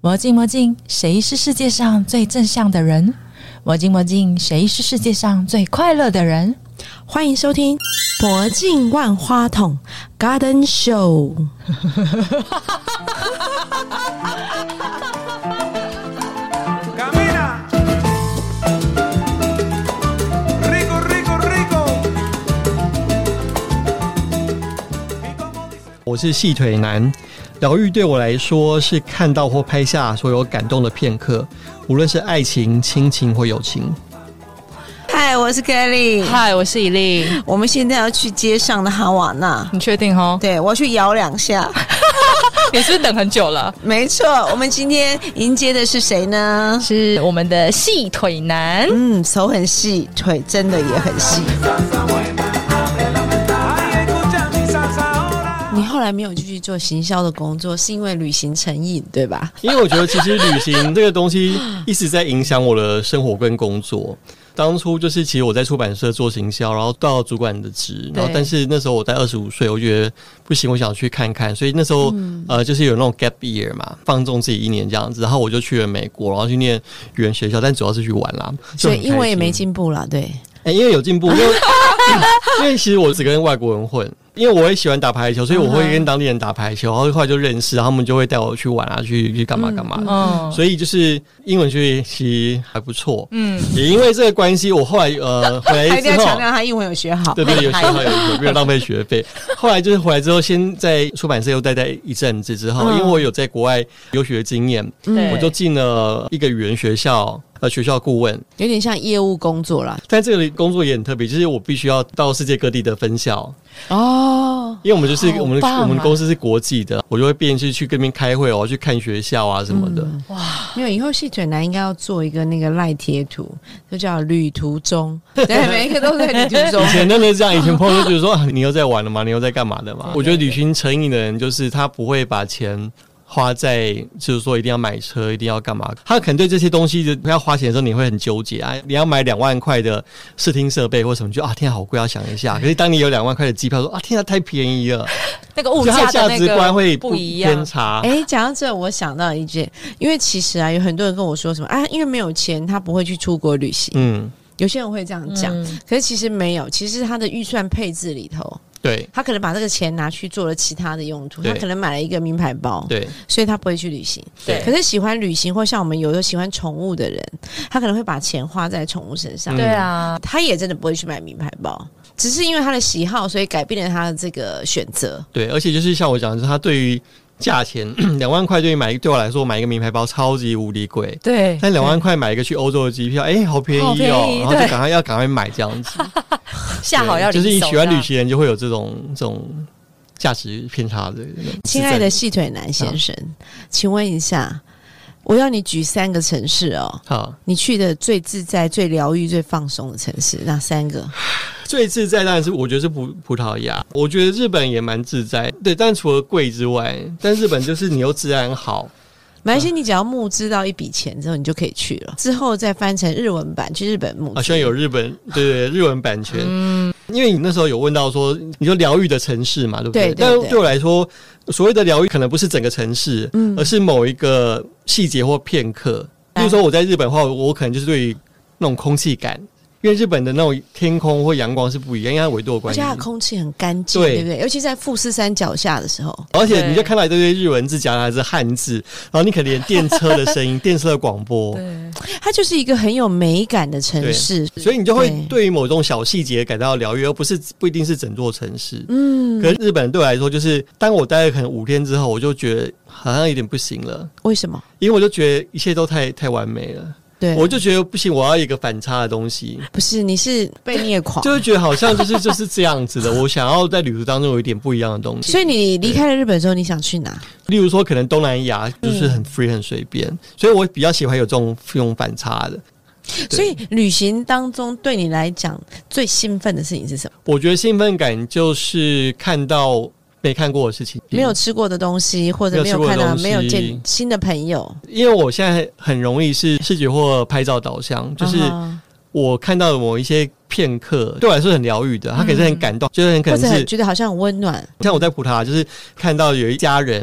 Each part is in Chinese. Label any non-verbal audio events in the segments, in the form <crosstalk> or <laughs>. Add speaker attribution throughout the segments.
Speaker 1: 魔镜魔镜，谁是世界上最正向的人？魔镜魔镜，谁是世界上最快乐的人？
Speaker 2: 欢迎收听《魔镜万花筒》Garden Show。
Speaker 3: Camina. Rico, rico, rico. Y como dice-
Speaker 4: 我是细腿男，疗愈对我来说是看到或拍下所有感动的片刻，无论是爱情、亲情或友情。
Speaker 5: 嗨，我是 Kelly。
Speaker 1: 嗨，我是以丽，
Speaker 5: 我们现在要去街上的哈瓦那，
Speaker 1: 你确定哦？
Speaker 5: 对我要去摇两下。
Speaker 1: 你是不是等很久了？
Speaker 5: 没错，我们今天迎接的是谁呢？
Speaker 1: 是我们的细腿男，
Speaker 5: 嗯，手很细，腿真的也很细。
Speaker 3: Ay, escucha mi salsa ahora.
Speaker 2: 你后来没有继续做行销的工作，是因为旅行成瘾，对吧？
Speaker 4: 因为我觉得其实旅行这个东西一直在影响我的生活跟工作。当初就是其实我在出版社做行销，然后到主管的职，然后
Speaker 2: 对
Speaker 4: 但是那时候我在二十五岁，我觉得不行，我想去看看，所以那时候、
Speaker 2: 嗯
Speaker 4: 呃就是有那种 gap year 嘛，放纵自己一年这样子，然后我就去了美国，然后去念语言学校，但主要是去玩啦，就
Speaker 2: 所
Speaker 4: 很
Speaker 2: 以英文也
Speaker 4: 开
Speaker 2: 没
Speaker 4: 心
Speaker 2: 进步了，对。
Speaker 4: 哎、因为有进步，因为因为其实我只跟外国人混，因为我也喜欢打排球，所以我会跟当地人打排球，然后后来就认识，然后他们就会带我去玩啊，去去干嘛干嘛的。
Speaker 1: 嗯，
Speaker 4: 所以就是英文学习还不错，
Speaker 1: 嗯，
Speaker 4: 也因为这个关系，我后来呃回
Speaker 5: 他
Speaker 4: 来
Speaker 5: 一
Speaker 4: 之
Speaker 5: 定要
Speaker 4: 后，
Speaker 5: 强调他英文有学好。
Speaker 4: 对对，有学好有有，不要浪费学费。后来就是回来之后，先在出版社又待在一阵子之后，因为我有在国外留学经验，
Speaker 1: 嗯对
Speaker 4: 我就进了一个语言学校，呃，学校顾问，
Speaker 2: 有点像业务工作啦。
Speaker 4: 但这个工作也很特别，就是我必须要到世界各地的分校，
Speaker 2: 哦，
Speaker 4: 因为我们就是、
Speaker 1: 好
Speaker 4: 我们
Speaker 1: 棒啊
Speaker 4: 我们公司是国际的，我就会变去去跟别人开会，我要去看学校啊什么的。
Speaker 1: 嗯
Speaker 2: 没有，以后细腿男应该要做一个那个赖贴图，就叫旅途
Speaker 4: <laughs>
Speaker 2: 中。对，每一个都在旅途中
Speaker 4: 以。前真的是这样，以前朋友就觉得说啊你又在玩了吗？你又在干嘛的
Speaker 1: 嗯
Speaker 4: 嘛？我觉得旅行成瘾的人就是他不会把钱。花在就是说一定要买车，一定要干嘛？他可能对这些东西就要花钱的时候，你会很纠结啊！你要买两万块的视听设备或什么，就啊天啊好贵，要想一下。可是当你有两万块的机票，说啊天啊太便宜了，
Speaker 1: 那个物
Speaker 4: 就他
Speaker 1: 价
Speaker 4: 的
Speaker 1: 的
Speaker 4: 价
Speaker 1: 那
Speaker 4: 值观会
Speaker 1: 个
Speaker 4: 不
Speaker 1: 不一样
Speaker 4: 偏，差。
Speaker 2: 哎，讲到这，我想到一件，因为其实啊，有很多人跟我说什么啊，因为没有钱，他不会去出国旅行。
Speaker 4: 嗯，
Speaker 2: 有些人会这样讲，可是其实没有，其实他的预算配置里头，
Speaker 4: 对
Speaker 2: 他可能把这个钱拿去做了其他的用途，
Speaker 4: 对
Speaker 2: 他可能买了一个名牌包，
Speaker 4: 对
Speaker 2: 所以他不会去旅行。
Speaker 1: 对
Speaker 2: 可是喜欢旅行或像我们有的喜欢宠物的人，他可能会把钱花在宠物身上，
Speaker 4: 嗯
Speaker 1: 对啊，
Speaker 2: 他也真的不会去买名牌包，只是因为他的喜好，所以改变了他的这个选择。
Speaker 4: 对，而且就是像我讲，的，就是他对于价钱两万块对于买对我来说买一个名牌包超级无敌贵，
Speaker 1: 对，
Speaker 4: 但两万块买一个去欧洲的机票，哎、好便宜
Speaker 1: 好
Speaker 4: 哦、
Speaker 1: 便宜
Speaker 4: 然后
Speaker 1: 对
Speaker 4: 就赶快要赶快买这样子。
Speaker 1: 下好要
Speaker 4: 对
Speaker 1: 离
Speaker 4: 就是你
Speaker 1: 手
Speaker 4: 喜欢
Speaker 1: 这
Speaker 4: 旅
Speaker 1: 样
Speaker 4: 行人就会有这种这种价值偏差的那种。
Speaker 2: 亲爱的细腿男先生，请问一下，我要你举三个城市哦。
Speaker 4: 好，
Speaker 2: 你去的最自在、最疗愈、最放松的城市，哪三个？
Speaker 4: 最自在当然是我觉得是葡葡萄牙，我觉得日本也蛮自在，对，但除了贵之外，但日本就是你又治安好，
Speaker 2: 没关系，你只要募资到一笔钱之后，你就可以去了。之后再翻成日文版去日本募资。
Speaker 4: 啊，希望有日本对对日文版权。
Speaker 2: 嗯
Speaker 4: 因为你那时候有问到说，你说疗愈的城市嘛，对不
Speaker 2: 对对
Speaker 4: 但
Speaker 2: 对
Speaker 4: 对我来说，所谓的疗愈可能不是整个城市，
Speaker 2: 嗯
Speaker 4: 而是某一个细节或片刻。比如说我在日本的话，我可能就是对于那种空气感，因为日本的那种天空或阳光是不一样，因为它纬度的
Speaker 2: 而
Speaker 4: 关系
Speaker 2: 且。它的空气很干净，
Speaker 4: 对
Speaker 2: 对不对？尤其在富士山脚下的时候，
Speaker 4: 而且你就看到一堆日文字夹杂着汉字，然后你可能连电车的声音、
Speaker 2: <laughs>
Speaker 4: 电车的广播，
Speaker 2: 它就是一个很有美感的城市。
Speaker 4: 所以你就会
Speaker 2: 对
Speaker 4: 对于某种小细节感到疗愈，而不是不一定是整座城市。嗯，可是日本对我来说，就是当我待了可能五天之后，我就觉得好像有点不行了，
Speaker 2: 为什么？
Speaker 4: 因为我就觉得一切都太太完美了，
Speaker 2: 对，
Speaker 4: 我就觉得不行，我要一个反差的东西，
Speaker 2: 不是你是被虐狂，
Speaker 4: 就会觉得好像就是 <laughs> 就是这样子的。我想要在旅途当中有一点不一样的东西，
Speaker 2: 所以你离开了日本之后，你想去哪？
Speaker 4: 例如说可能东南亚就是很 free 很随便，所以我比较喜欢有这种这种反差的。对
Speaker 2: 所以旅行当中对你来讲最兴奋的事情是什么？
Speaker 4: 我觉得兴奋感就是看到没看过的事情，
Speaker 2: 没有吃过的东西，或者
Speaker 4: 没
Speaker 2: 没
Speaker 4: 有吃
Speaker 2: 有
Speaker 4: 过的
Speaker 2: 看到、
Speaker 4: 东西
Speaker 2: 没有见新的朋友，
Speaker 4: 因为我现在很容易是视觉或拍照导向，就是
Speaker 2: 啊哈
Speaker 4: 我看到的某一些片刻，对我来说是很疗愈的，他可能是很感动，就是很可
Speaker 2: 嗯或者
Speaker 4: 能
Speaker 2: 很
Speaker 4: 是
Speaker 2: 觉得好像很温暖，
Speaker 4: 像我在葡萄牙，就是看到有一家人，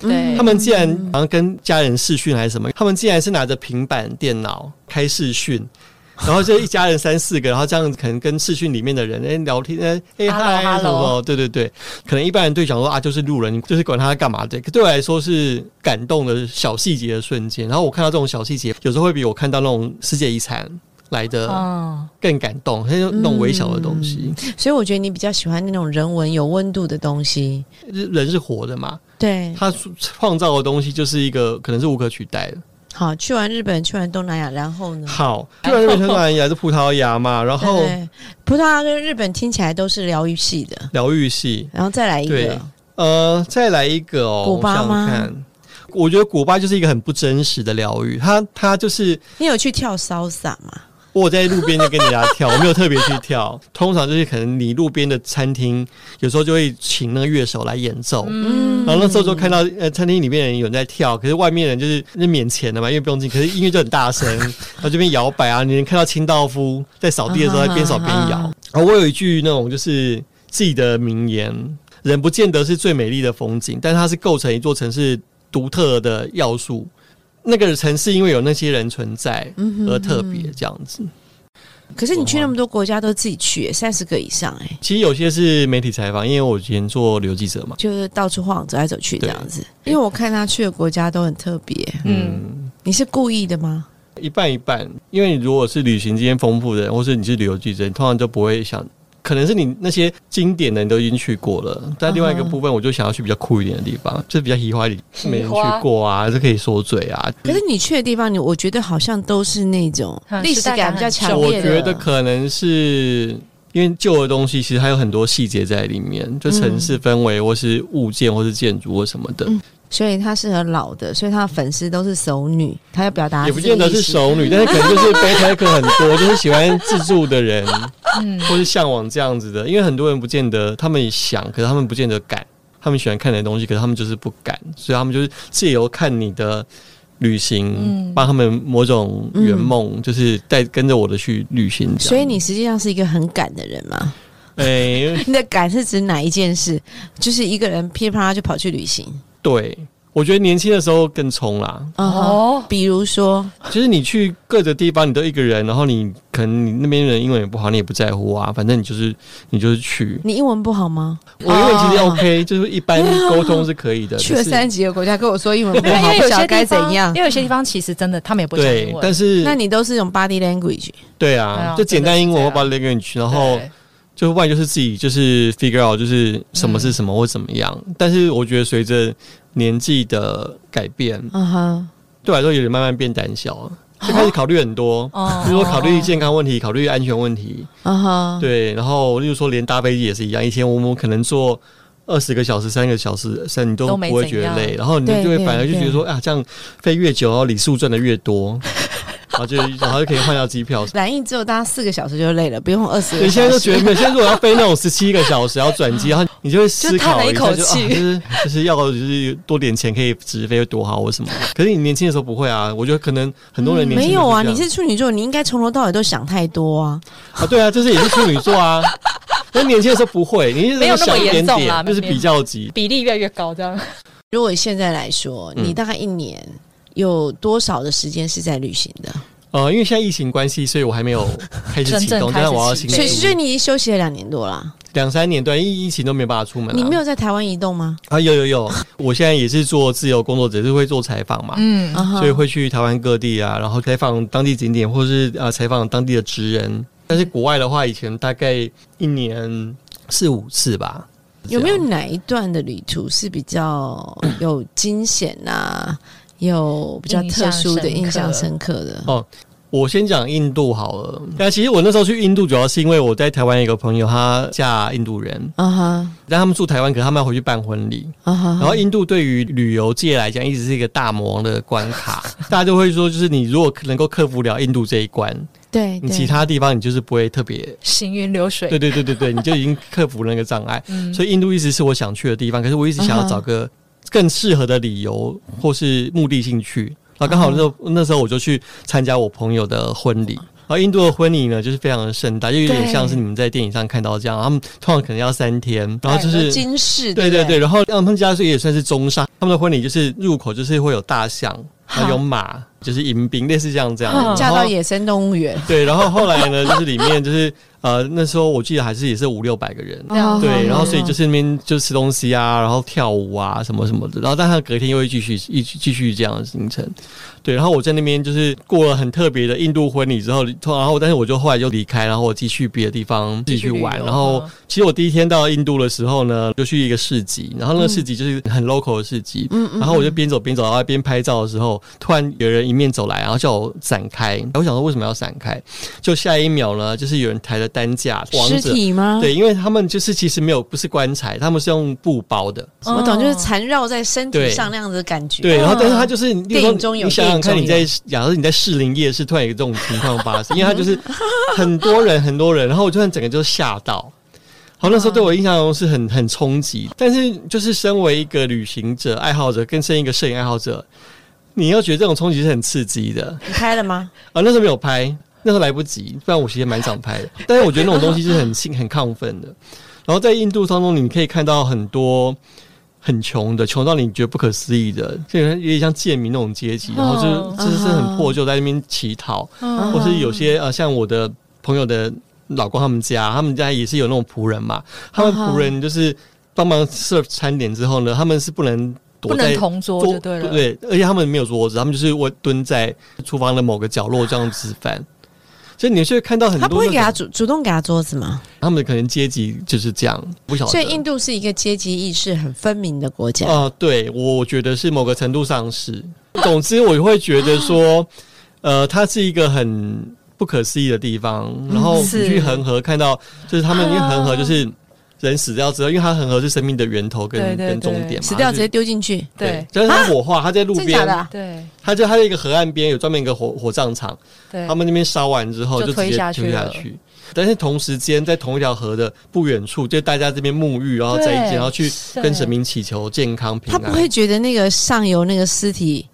Speaker 2: 嗯
Speaker 1: 对
Speaker 4: 他们既然好像跟家人视讯还是什么，他们竟然是拿着平板电脑开视讯。然后就一家人三四个，然后这样可能跟视讯里面的人哎聊天哎哎
Speaker 1: Hello，
Speaker 4: 嗨什
Speaker 1: hello
Speaker 4: 么对对对，可能一般人对讲说啊就是路人，就是管他干嘛的，对我来说是感动的小细节的瞬间。然后我看到这种小细节，有时候会比我看到那种世界遗产来的
Speaker 1: 嗯，
Speaker 4: 更感动，那种那种微小的东西，
Speaker 2: 所以我觉得你比较喜欢那种人文有温度的东西。
Speaker 1: 嗯
Speaker 4: 人是活的嘛，
Speaker 2: 对，
Speaker 4: 他创造的东西就是一个可能是无可取代的。
Speaker 2: 好，去完日本，去完东南亚，然后呢？
Speaker 4: 好，去完日本、东南亚是葡萄牙
Speaker 2: <laughs>
Speaker 4: 嘛，然后
Speaker 2: 嗯对对葡萄牙跟日本听起来都是疗愈系的，
Speaker 4: 疗愈系，
Speaker 2: 然后再来一个
Speaker 4: 对，呃，再来一个哦，
Speaker 2: 古巴
Speaker 4: 我想想
Speaker 2: 吗
Speaker 4: 看，我觉得古巴就是一个很不真实的疗愈，它它就是
Speaker 2: 你有去跳骚洒吗？
Speaker 4: 我在路边就跟人家跳，我没有特别去跳， <laughs> 通常就是可能你路边的餐厅有时候就会请那个乐手来演奏，
Speaker 2: 嗯
Speaker 4: 然后那时候就看到呃餐厅里面的人有人在跳，可是外面人就是那免钱的嘛，因为不用进，可是音乐就很大声，然后这边摇摆啊，你能看到清道夫在扫地的时候，他边扫边摇。然后我有一句那种就是自己的名言：人不见得是最美丽的风景，但它是构成一座城市独特的要素。那个城市因为有那些人存在而特别这样子。
Speaker 2: 可是你去那么多国家都自己去，三十个以上，哎，
Speaker 4: 其实有些是媒体采访，因为我以前做旅游记者嘛，
Speaker 2: 就是到处晃，走来走去这
Speaker 4: 对
Speaker 2: 样子。因为我看他去的国家都很特别，
Speaker 1: 嗯
Speaker 2: 你是故意的吗？
Speaker 4: 一半一半，因为你如果是旅行经验丰富的人，或是你是旅游记者，你通常就不会想，可能是你那些经典的你都已经去过了。但另外一个部分，我就想要去比较酷一点的地方，就是比较移花里没人去过啊，就可以说嘴啊。
Speaker 2: 可是你去的地方，你我觉得好像都是那种
Speaker 1: 嗯
Speaker 2: 历史感比较强
Speaker 4: 我
Speaker 2: 烈的。
Speaker 4: 觉得可能是。因为旧的东西其实还有很多细节在里面，就城市氛围，或是物件，或是建筑或什么的，
Speaker 2: 所以他适合老的，所以他的粉丝都是熟女，他要表达
Speaker 4: 也不见得
Speaker 2: 这个
Speaker 4: 是
Speaker 2: 意思。
Speaker 4: 熟女，但是可能就是背包客很多，就是喜欢自助的人。
Speaker 1: 嗯，
Speaker 4: 或是向往这样子的，因为很多人不见得他们想，可是他们不见得敢。他们喜欢看你的东西，可是他们就是不敢，所以他们就是借由看你的旅行
Speaker 1: 嗯，
Speaker 4: 帮、他们某种圆梦，就是带跟着我的去旅行这样。
Speaker 2: 所以你实际上是一个很赶的人嘛？
Speaker 4: 哎、
Speaker 2: 你的赶是指哪一件事？就是一个人噼里啪啦就跑去旅行。
Speaker 4: 对，我觉得年轻的时候更冲啦，
Speaker 2: 嗯哼
Speaker 1: 哦
Speaker 2: 比如说，
Speaker 4: 就是你去各个地方，你都一个人，然后你可能你那边人英文也不好，你也不在乎啊，反正你就是你就是去。
Speaker 2: 你英文不好吗？
Speaker 4: 我英文其实
Speaker 2: 哦
Speaker 4: OK，、就是一般
Speaker 1: 啊
Speaker 4: 沟通是呃可以的。
Speaker 2: 去了
Speaker 4: 只是
Speaker 2: 三十几个国家，跟我说英文不 <laughs>
Speaker 1: 因
Speaker 2: 好，
Speaker 1: 为
Speaker 2: 不
Speaker 1: 啊有
Speaker 2: 晓得
Speaker 1: 些
Speaker 2: 该
Speaker 1: 地
Speaker 2: 怎
Speaker 1: 方，
Speaker 2: 样
Speaker 1: 因。为有些地方其实真的他们也不讲英
Speaker 4: 对
Speaker 1: 文，，
Speaker 4: 但是
Speaker 2: 那你都是用 body language，
Speaker 4: 对
Speaker 1: 哎
Speaker 4: 啊
Speaker 1: 呀，
Speaker 4: 就简单英文，我
Speaker 1: 真的
Speaker 4: 把
Speaker 1: 是
Speaker 4: language，然
Speaker 1: 对
Speaker 4: 后就万一就是自己就是 figure out 就是什么是什么或怎么样。
Speaker 1: 嗯
Speaker 4: 但是我觉得随着年纪的改变，
Speaker 2: 嗯哼，
Speaker 4: 对我来说有点慢慢变胆小了，就开始考虑很多，
Speaker 1: 哦
Speaker 4: 比如说考虑健康问题，考虑安全问题，
Speaker 2: 嗯哼，
Speaker 4: 对，然后例如说连搭飞机也是一样，以前我们可能坐。二十个小时、三个小时，三你
Speaker 1: 都
Speaker 4: 都
Speaker 1: 没
Speaker 4: 不会觉得
Speaker 1: 怎样
Speaker 4: 累，然后你
Speaker 2: 对
Speaker 4: 就会
Speaker 2: 对
Speaker 4: 反而就觉得
Speaker 2: 对
Speaker 4: 说啊，这样飞越久，然后里数赚的越
Speaker 1: <laughs>
Speaker 4: 多，然后就然后就可以换到机票
Speaker 2: 蓝印只有搭四个小时就累了，不用二十个
Speaker 4: 你现在
Speaker 2: 小
Speaker 4: 就
Speaker 2: 时。
Speaker 1: <laughs>
Speaker 4: 觉得，你现在如果要飞那种十七个小时，要转机，然后你就会思考一下，就
Speaker 1: 就叹了一口气
Speaker 4: 啊就是就是要就是多点钱可以直飞会多好，
Speaker 1: <laughs>
Speaker 4: 或什么的。可是你年轻的时候不会啊，我觉得可能
Speaker 1: 嗯
Speaker 4: 很多人年轻
Speaker 2: 没
Speaker 4: 的时
Speaker 2: 有
Speaker 4: 候
Speaker 2: 啊，
Speaker 4: 这样
Speaker 2: 你是处女座，你应该从头到尾都想太多啊。
Speaker 4: 啊，对啊，就是也是处女
Speaker 1: <laughs>
Speaker 4: 座啊。那年轻的时候不会，你
Speaker 1: 没有那么
Speaker 4: 想一点
Speaker 1: 严重啦
Speaker 4: 点，就是比较级。
Speaker 1: 比例越来越高，这样
Speaker 2: 如果现在来说，
Speaker 4: 嗯
Speaker 2: 你大概一年有多少的时间是在旅行的？
Speaker 4: 呃，因为现在疫情关系，所以我还没
Speaker 1: <laughs>
Speaker 4: 有开始启
Speaker 1: 真正
Speaker 4: 动，
Speaker 1: 开始
Speaker 4: 但是我要
Speaker 1: 启动
Speaker 4: 行
Speaker 2: 所以，所以
Speaker 4: 动
Speaker 2: 你已经休息了两年多啦。
Speaker 4: 两三年，对，因为疫情都没办法出门啊。
Speaker 2: 你没有在台湾移动吗？
Speaker 4: 啊？有有有，我现在也是做自由工作者，就是会做采访嘛。
Speaker 1: 嗯
Speaker 2: 啊哈
Speaker 4: <laughs> 所以会去台湾各地啊，然后采访当地景点，或是啊采访当地的职人。但是国外的话，以前大概一年四五次吧。
Speaker 2: 有没有
Speaker 4: 这样
Speaker 2: 哪一段的旅途是
Speaker 4: <clears throat>
Speaker 2: 比较有惊险呐？有比较特殊的、印
Speaker 1: 印象
Speaker 2: 象深
Speaker 1: 深
Speaker 2: 刻的？
Speaker 4: 哦？我先讲印度好了。那其实我那时候去印度，主要是因为我在台湾有个朋友，他嫁印度人，
Speaker 2: 啊哈
Speaker 4: 但他们住台湾，可是他们要回去办婚礼。
Speaker 2: 啊哈！
Speaker 4: 嗯然后印度对于旅游界来讲，一直是一个大魔王的关卡。大家就会说，就是你如果能够克服了印度这一关，
Speaker 2: <laughs> 对，
Speaker 4: 你
Speaker 2: 对
Speaker 4: 其他地方你就是不会特别
Speaker 1: 行云流水，
Speaker 4: 对对对对对，你就已经克服了那个障碍。
Speaker 1: 嗯
Speaker 4: 所以印度一直是我想去的地方，可是我一直想要找个更适合的理由或是目的性去。然后刚好那时候、那时候我就去参加我朋友的婚礼，然后印度的婚礼呢，就是非常的盛大，就有点
Speaker 1: 对
Speaker 4: 像是你们在电影上看到这样，他们通常可能要三天，然后就
Speaker 5: 很
Speaker 2: 哎
Speaker 5: 多
Speaker 4: 是
Speaker 5: 金饰，
Speaker 4: 对
Speaker 5: 对
Speaker 4: 对
Speaker 5: 不
Speaker 4: 对，，然后他们家是也算是中沙，他们的婚礼就是入口就是会有大象，然后有马，就是迎宾，类似像这样。
Speaker 1: 嗯
Speaker 4: 然
Speaker 2: 嫁
Speaker 4: 后
Speaker 2: 到野生动物园，
Speaker 4: 对，然后后来呢，就是里面就是呃那时候我记得还是也是五六百个人。
Speaker 2: 哦
Speaker 4: 对，然后所以
Speaker 2: 嗯
Speaker 4: 就是那边就吃东西啊，然后跳舞啊，什么什么的，然后但他隔天又会继续一直继续这样的行程，对，然后我在那边就是过了很特别的印度婚礼之后，然后但是我就后来就离开，然后我继续别的地方继续玩，然后
Speaker 2: 嗯
Speaker 4: 其实我第一天到印度的时候呢，就去一个市集，然后那
Speaker 2: 嗯
Speaker 4: 个市集就是很 local 的市集，然后我就边走边走，然后边拍照的时候，突然有人迎面走来，然后叫我闪开，我想说为什么要闪开，就下一秒呢，就是有人抬着担架，王
Speaker 2: 尸
Speaker 4: 者。
Speaker 2: 体吗？
Speaker 4: 对，因为他们就是其实没有不是棺材，他们是用布包的。
Speaker 1: 嗯
Speaker 5: 我懂，就是缠绕在身体
Speaker 4: 对
Speaker 5: 上那样子的感觉。
Speaker 4: 对，然后但是
Speaker 1: 嗯
Speaker 4: 他就是，例如
Speaker 2: 哦电
Speaker 4: 说
Speaker 2: 影中有
Speaker 4: 你想
Speaker 2: 电
Speaker 4: 想
Speaker 2: 影
Speaker 4: 看，
Speaker 2: 中
Speaker 4: 你在假如你在士林夜市突然有这种情况发生，因为他就是很多人很多人，然后我突然整个就吓到。好，那时候对我印象中是很很冲击，但是就是身为一个旅行者爱好者，跟身为一个摄影爱好者，你要觉得这种冲击是很刺激的。
Speaker 5: 你拍了吗？
Speaker 4: 啊，那时候没有拍，那时候来不及，不然我其实蛮想拍的。但是我觉得那种东西是很兴、很亢奋的。然后在印度当中，你可以看到很多很穷的，穷到你觉得不可思议的，就有点有点像贱民那种阶级，然后
Speaker 1: 哦
Speaker 4: 就是就是很破旧，在那边乞讨，
Speaker 1: 嗯
Speaker 4: 或是有些呃，像我的朋友的老公他们家，他们家也是有那种仆人嘛，他
Speaker 1: 嗯
Speaker 4: 们仆人就是帮忙 serve 餐点之后呢，他们是不能
Speaker 1: 不
Speaker 4: 躲
Speaker 1: 能
Speaker 4: 在
Speaker 1: 同桌
Speaker 4: 桌
Speaker 1: 就对了，
Speaker 4: 而且他们没有桌子，他们就是我蹲在厨房的某个角落这样吃饭。所以你就会看到很
Speaker 5: 他
Speaker 4: 多
Speaker 5: 不会
Speaker 4: 那
Speaker 5: 给他
Speaker 4: 种
Speaker 5: 主主动给他桌子吗？
Speaker 4: 他们的可能阶级就是这样，不晓得。
Speaker 2: 所以印度是一个阶级意识很分明的国家。
Speaker 4: 啊、对我我觉得是某个程度上是。总之，我会觉得说，呃，它是一个很不可思议的地方。然后你
Speaker 1: 是
Speaker 4: 去恒河看到，就是他们因为恒河
Speaker 1: 啊
Speaker 4: 就是人死掉之后，因为它恒河是生命的源头跟
Speaker 1: 对对
Speaker 4: 跟终
Speaker 1: 对
Speaker 4: 点嘛，
Speaker 2: 死掉
Speaker 4: 它
Speaker 2: 直
Speaker 4: 是
Speaker 2: 接丢进去，
Speaker 1: 对
Speaker 4: 对，但是它火化，它在路
Speaker 5: 真
Speaker 4: 边
Speaker 5: 假，的啊？
Speaker 1: 对
Speaker 4: 它就它在一个河岸边有专门一个火火葬场。
Speaker 1: 对，
Speaker 4: 他们那边烧完之后
Speaker 1: 就
Speaker 4: 就
Speaker 1: 推
Speaker 4: 直接推
Speaker 1: 下
Speaker 4: 下
Speaker 1: 去了
Speaker 4: 去。但是同时间，在同一条河的不远处，就大家这边沐浴，然后在一起，
Speaker 1: 对
Speaker 4: 然后去
Speaker 1: 对
Speaker 4: 跟神明祈求健康平
Speaker 2: 他
Speaker 4: 安。
Speaker 2: 不会觉得那个上游那个尸体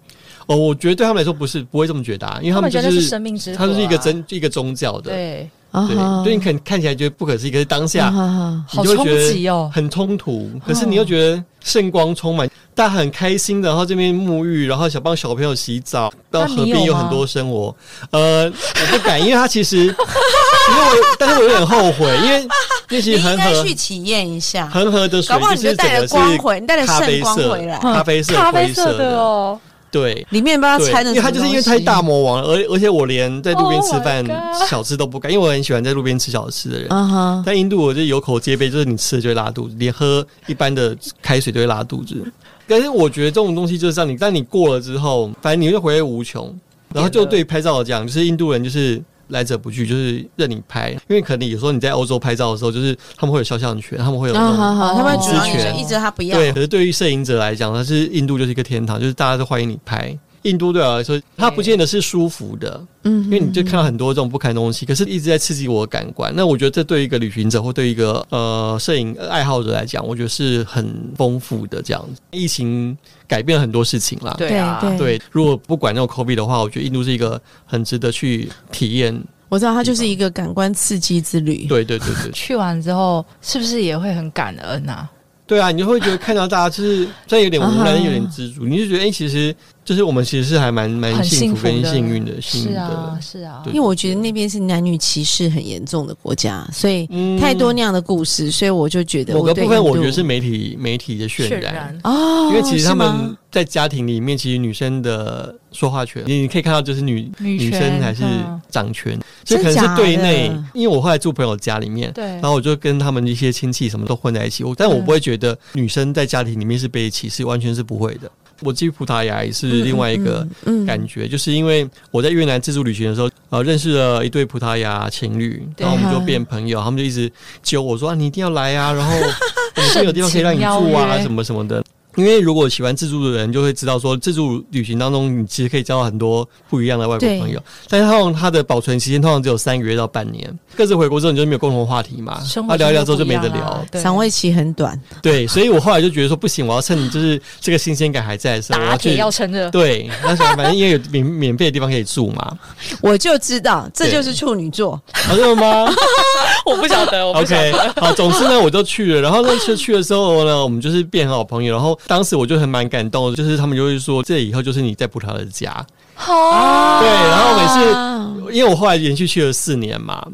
Speaker 4: 哦，我觉得对他们来说不是不会这么觉得、啊，因为
Speaker 1: 他们
Speaker 4: 们
Speaker 1: 觉
Speaker 4: 就
Speaker 1: 得是
Speaker 4: 是
Speaker 1: 生命之
Speaker 4: 他们是一
Speaker 1: 火
Speaker 4: 个
Speaker 1: 啊
Speaker 4: 真一个宗教的，
Speaker 1: 对，
Speaker 2: 啊
Speaker 4: 对，
Speaker 2: 哈
Speaker 4: 所以你可能看起来觉得不可思议，可是当
Speaker 2: 啊
Speaker 4: 下
Speaker 2: 哈哈
Speaker 1: 好
Speaker 4: 你就会觉
Speaker 1: 冲击哦
Speaker 4: 得很冲突，可是你又觉得圣光充满，大家很开心的，然后这边沐浴，然后想帮小朋友洗澡，到河
Speaker 1: 那
Speaker 4: 边
Speaker 1: 你有
Speaker 4: 有
Speaker 1: 吗
Speaker 4: 很多生活，呃，我不敢，因为他其实，因为我但是我有点后悔，因为那
Speaker 5: 你
Speaker 4: 其实
Speaker 5: 应
Speaker 4: 恒
Speaker 5: 该
Speaker 4: 河
Speaker 5: 去体验一下，
Speaker 4: 恒河的水
Speaker 5: 搞不好你
Speaker 4: 就
Speaker 5: 就是
Speaker 4: 整
Speaker 5: 带
Speaker 4: 个
Speaker 5: 了
Speaker 4: 是
Speaker 5: 光回，你带了
Speaker 4: 咖啡
Speaker 5: 圣光
Speaker 4: 色
Speaker 5: 回来，
Speaker 4: 咖啡色
Speaker 1: 咖啡
Speaker 4: 灰色
Speaker 1: 色的，哦，
Speaker 4: 对。
Speaker 5: 里面帮他
Speaker 4: 对
Speaker 5: 掺，的
Speaker 4: 因
Speaker 5: 什
Speaker 4: 为
Speaker 5: 么
Speaker 4: 他
Speaker 5: 东西，
Speaker 4: 就是因为太大魔王了，而而且我连在路边吃饭
Speaker 1: Oh my god
Speaker 4: 小吃都不敢，因为我很喜欢在路边吃小吃的人。
Speaker 2: 啊哈，
Speaker 4: 在印度，我就有口皆碑，就是你吃了就会拉肚子，连喝一般的开水都会拉肚子。但是我觉得这种东西就是让你，但你过了之后，反正你就回味无穷。然后就对拍照讲，就是印度人就是来者不拒，就是任你拍，因为可能有时候你在欧洲拍照的时候，就是他们会有肖像权，他们会有那
Speaker 2: 啊哈
Speaker 4: 种。
Speaker 2: 哈，他们
Speaker 5: 主
Speaker 2: 主
Speaker 4: 知
Speaker 5: 要
Speaker 4: 觉
Speaker 5: 你就
Speaker 4: 权
Speaker 5: 一直他不要，
Speaker 4: 哦对，可是对于摄影者来讲，它是印度就是一个天堂，就是大家都欢迎你拍。印度对我来说，它不见得是舒服的，
Speaker 2: 嗯，
Speaker 4: 因为你就看到很多这种不堪的东西，可是一直在刺激我的感官。那我觉得这对一个旅行者或对一个呃摄影爱好者来讲，我觉得是很丰富的这样子。疫情改变了很多事情啦。
Speaker 1: 对啊，
Speaker 2: 对
Speaker 4: 对，如果不管那种 COVID 的话，我觉得印度是一个很值得去体验。
Speaker 2: 我知道它就是一个感官刺激之旅。
Speaker 4: 对对对对
Speaker 1: 去完之后是不是也会很感恩啊？
Speaker 4: 对啊，你就会觉得看到大家
Speaker 2: <laughs>
Speaker 4: 就是虽然有点无
Speaker 2: 啊哈
Speaker 4: 奈，但有点知足，你就觉得哎、诶其实就是我们其实是还蛮蛮
Speaker 1: 很
Speaker 4: 幸
Speaker 1: 福
Speaker 4: 福跟
Speaker 1: 的
Speaker 4: 幸运的，幸运
Speaker 1: 是啊
Speaker 4: 的，。
Speaker 1: 是啊，
Speaker 4: 对
Speaker 2: 因为我觉得那边是男女歧视很严重的国家，所以
Speaker 4: 嗯
Speaker 2: 太多那样的故事，所以我就觉得
Speaker 4: 某个
Speaker 2: 对
Speaker 4: 部分
Speaker 2: 印度
Speaker 4: 我觉得是媒体媒体的渲
Speaker 1: 啊渲
Speaker 4: 染，
Speaker 1: 染
Speaker 2: 哦，
Speaker 4: 因为其实他
Speaker 2: 是吗
Speaker 4: 们在家庭里面，其实女生的说话权，你你可以看到就是女
Speaker 1: 女
Speaker 4: 女
Speaker 1: 权
Speaker 4: 生还是
Speaker 1: 嗯
Speaker 4: 掌权，所以可
Speaker 2: 真
Speaker 4: 能是
Speaker 2: 假
Speaker 4: 对
Speaker 2: 的
Speaker 4: 内，因为我后来住朋友家里面。
Speaker 1: 对
Speaker 4: 然，后我就跟他们一些亲戚什么都混在一起，我但我
Speaker 1: 嗯
Speaker 4: 不会觉得女生在家庭里面是被歧视，完全是不会的。我去葡萄牙也
Speaker 1: 嗯
Speaker 4: 是另外一个
Speaker 2: 嗯
Speaker 4: 感觉，就是因为我在越南自助旅行的时候，呃，认识了一对葡萄牙情侣，
Speaker 1: 对
Speaker 4: 然后我们就变朋友，
Speaker 1: <laughs>
Speaker 4: 他们就一直揪我说啊，你一定要来啊，然后我们这边有地方可以让你
Speaker 1: 盛情
Speaker 4: 住
Speaker 1: 邀
Speaker 4: 啊，
Speaker 1: 约
Speaker 4: 什么什么的。因为如果喜欢自助的人，就会知道说，自助旅行当中，你其实可以交到很多不一样的外国
Speaker 1: 对
Speaker 4: 朋友。但是通常它的保存期间通常只有三个月到半年。各自回国之后，你就没有共同话题嘛
Speaker 1: 生，活
Speaker 4: 啊，聊一聊之
Speaker 1: 圈子
Speaker 4: 后
Speaker 1: 不
Speaker 4: 就
Speaker 1: 一
Speaker 4: 没
Speaker 1: 样
Speaker 4: 得
Speaker 1: 啊
Speaker 4: 聊。，
Speaker 1: 对
Speaker 2: 赏味期很短，
Speaker 4: 对，所以我后来就觉得说，不行，我要趁就是这个新鲜感还在的时候，我
Speaker 1: 打铁
Speaker 4: 去。
Speaker 1: 要趁热。
Speaker 4: 对，那想反正因为有免免费的地方可以住嘛，
Speaker 2: 我就知道这
Speaker 4: 对
Speaker 2: 就是处女座，
Speaker 4: <laughs> 啊，真的吗？
Speaker 1: <laughs> 我不晓
Speaker 4: <laughs>
Speaker 1: 得，我不晓得。
Speaker 4: OK，好，总之呢，我就去了。然后那次去的时候呢，我们就是变很好朋友。然后当时我就很蛮感动的，就是他们就会说，这以后就是你在葡萄的家。
Speaker 1: 好，
Speaker 2: 哦
Speaker 4: 对，然后每次，因为我后来连续去了四年嘛，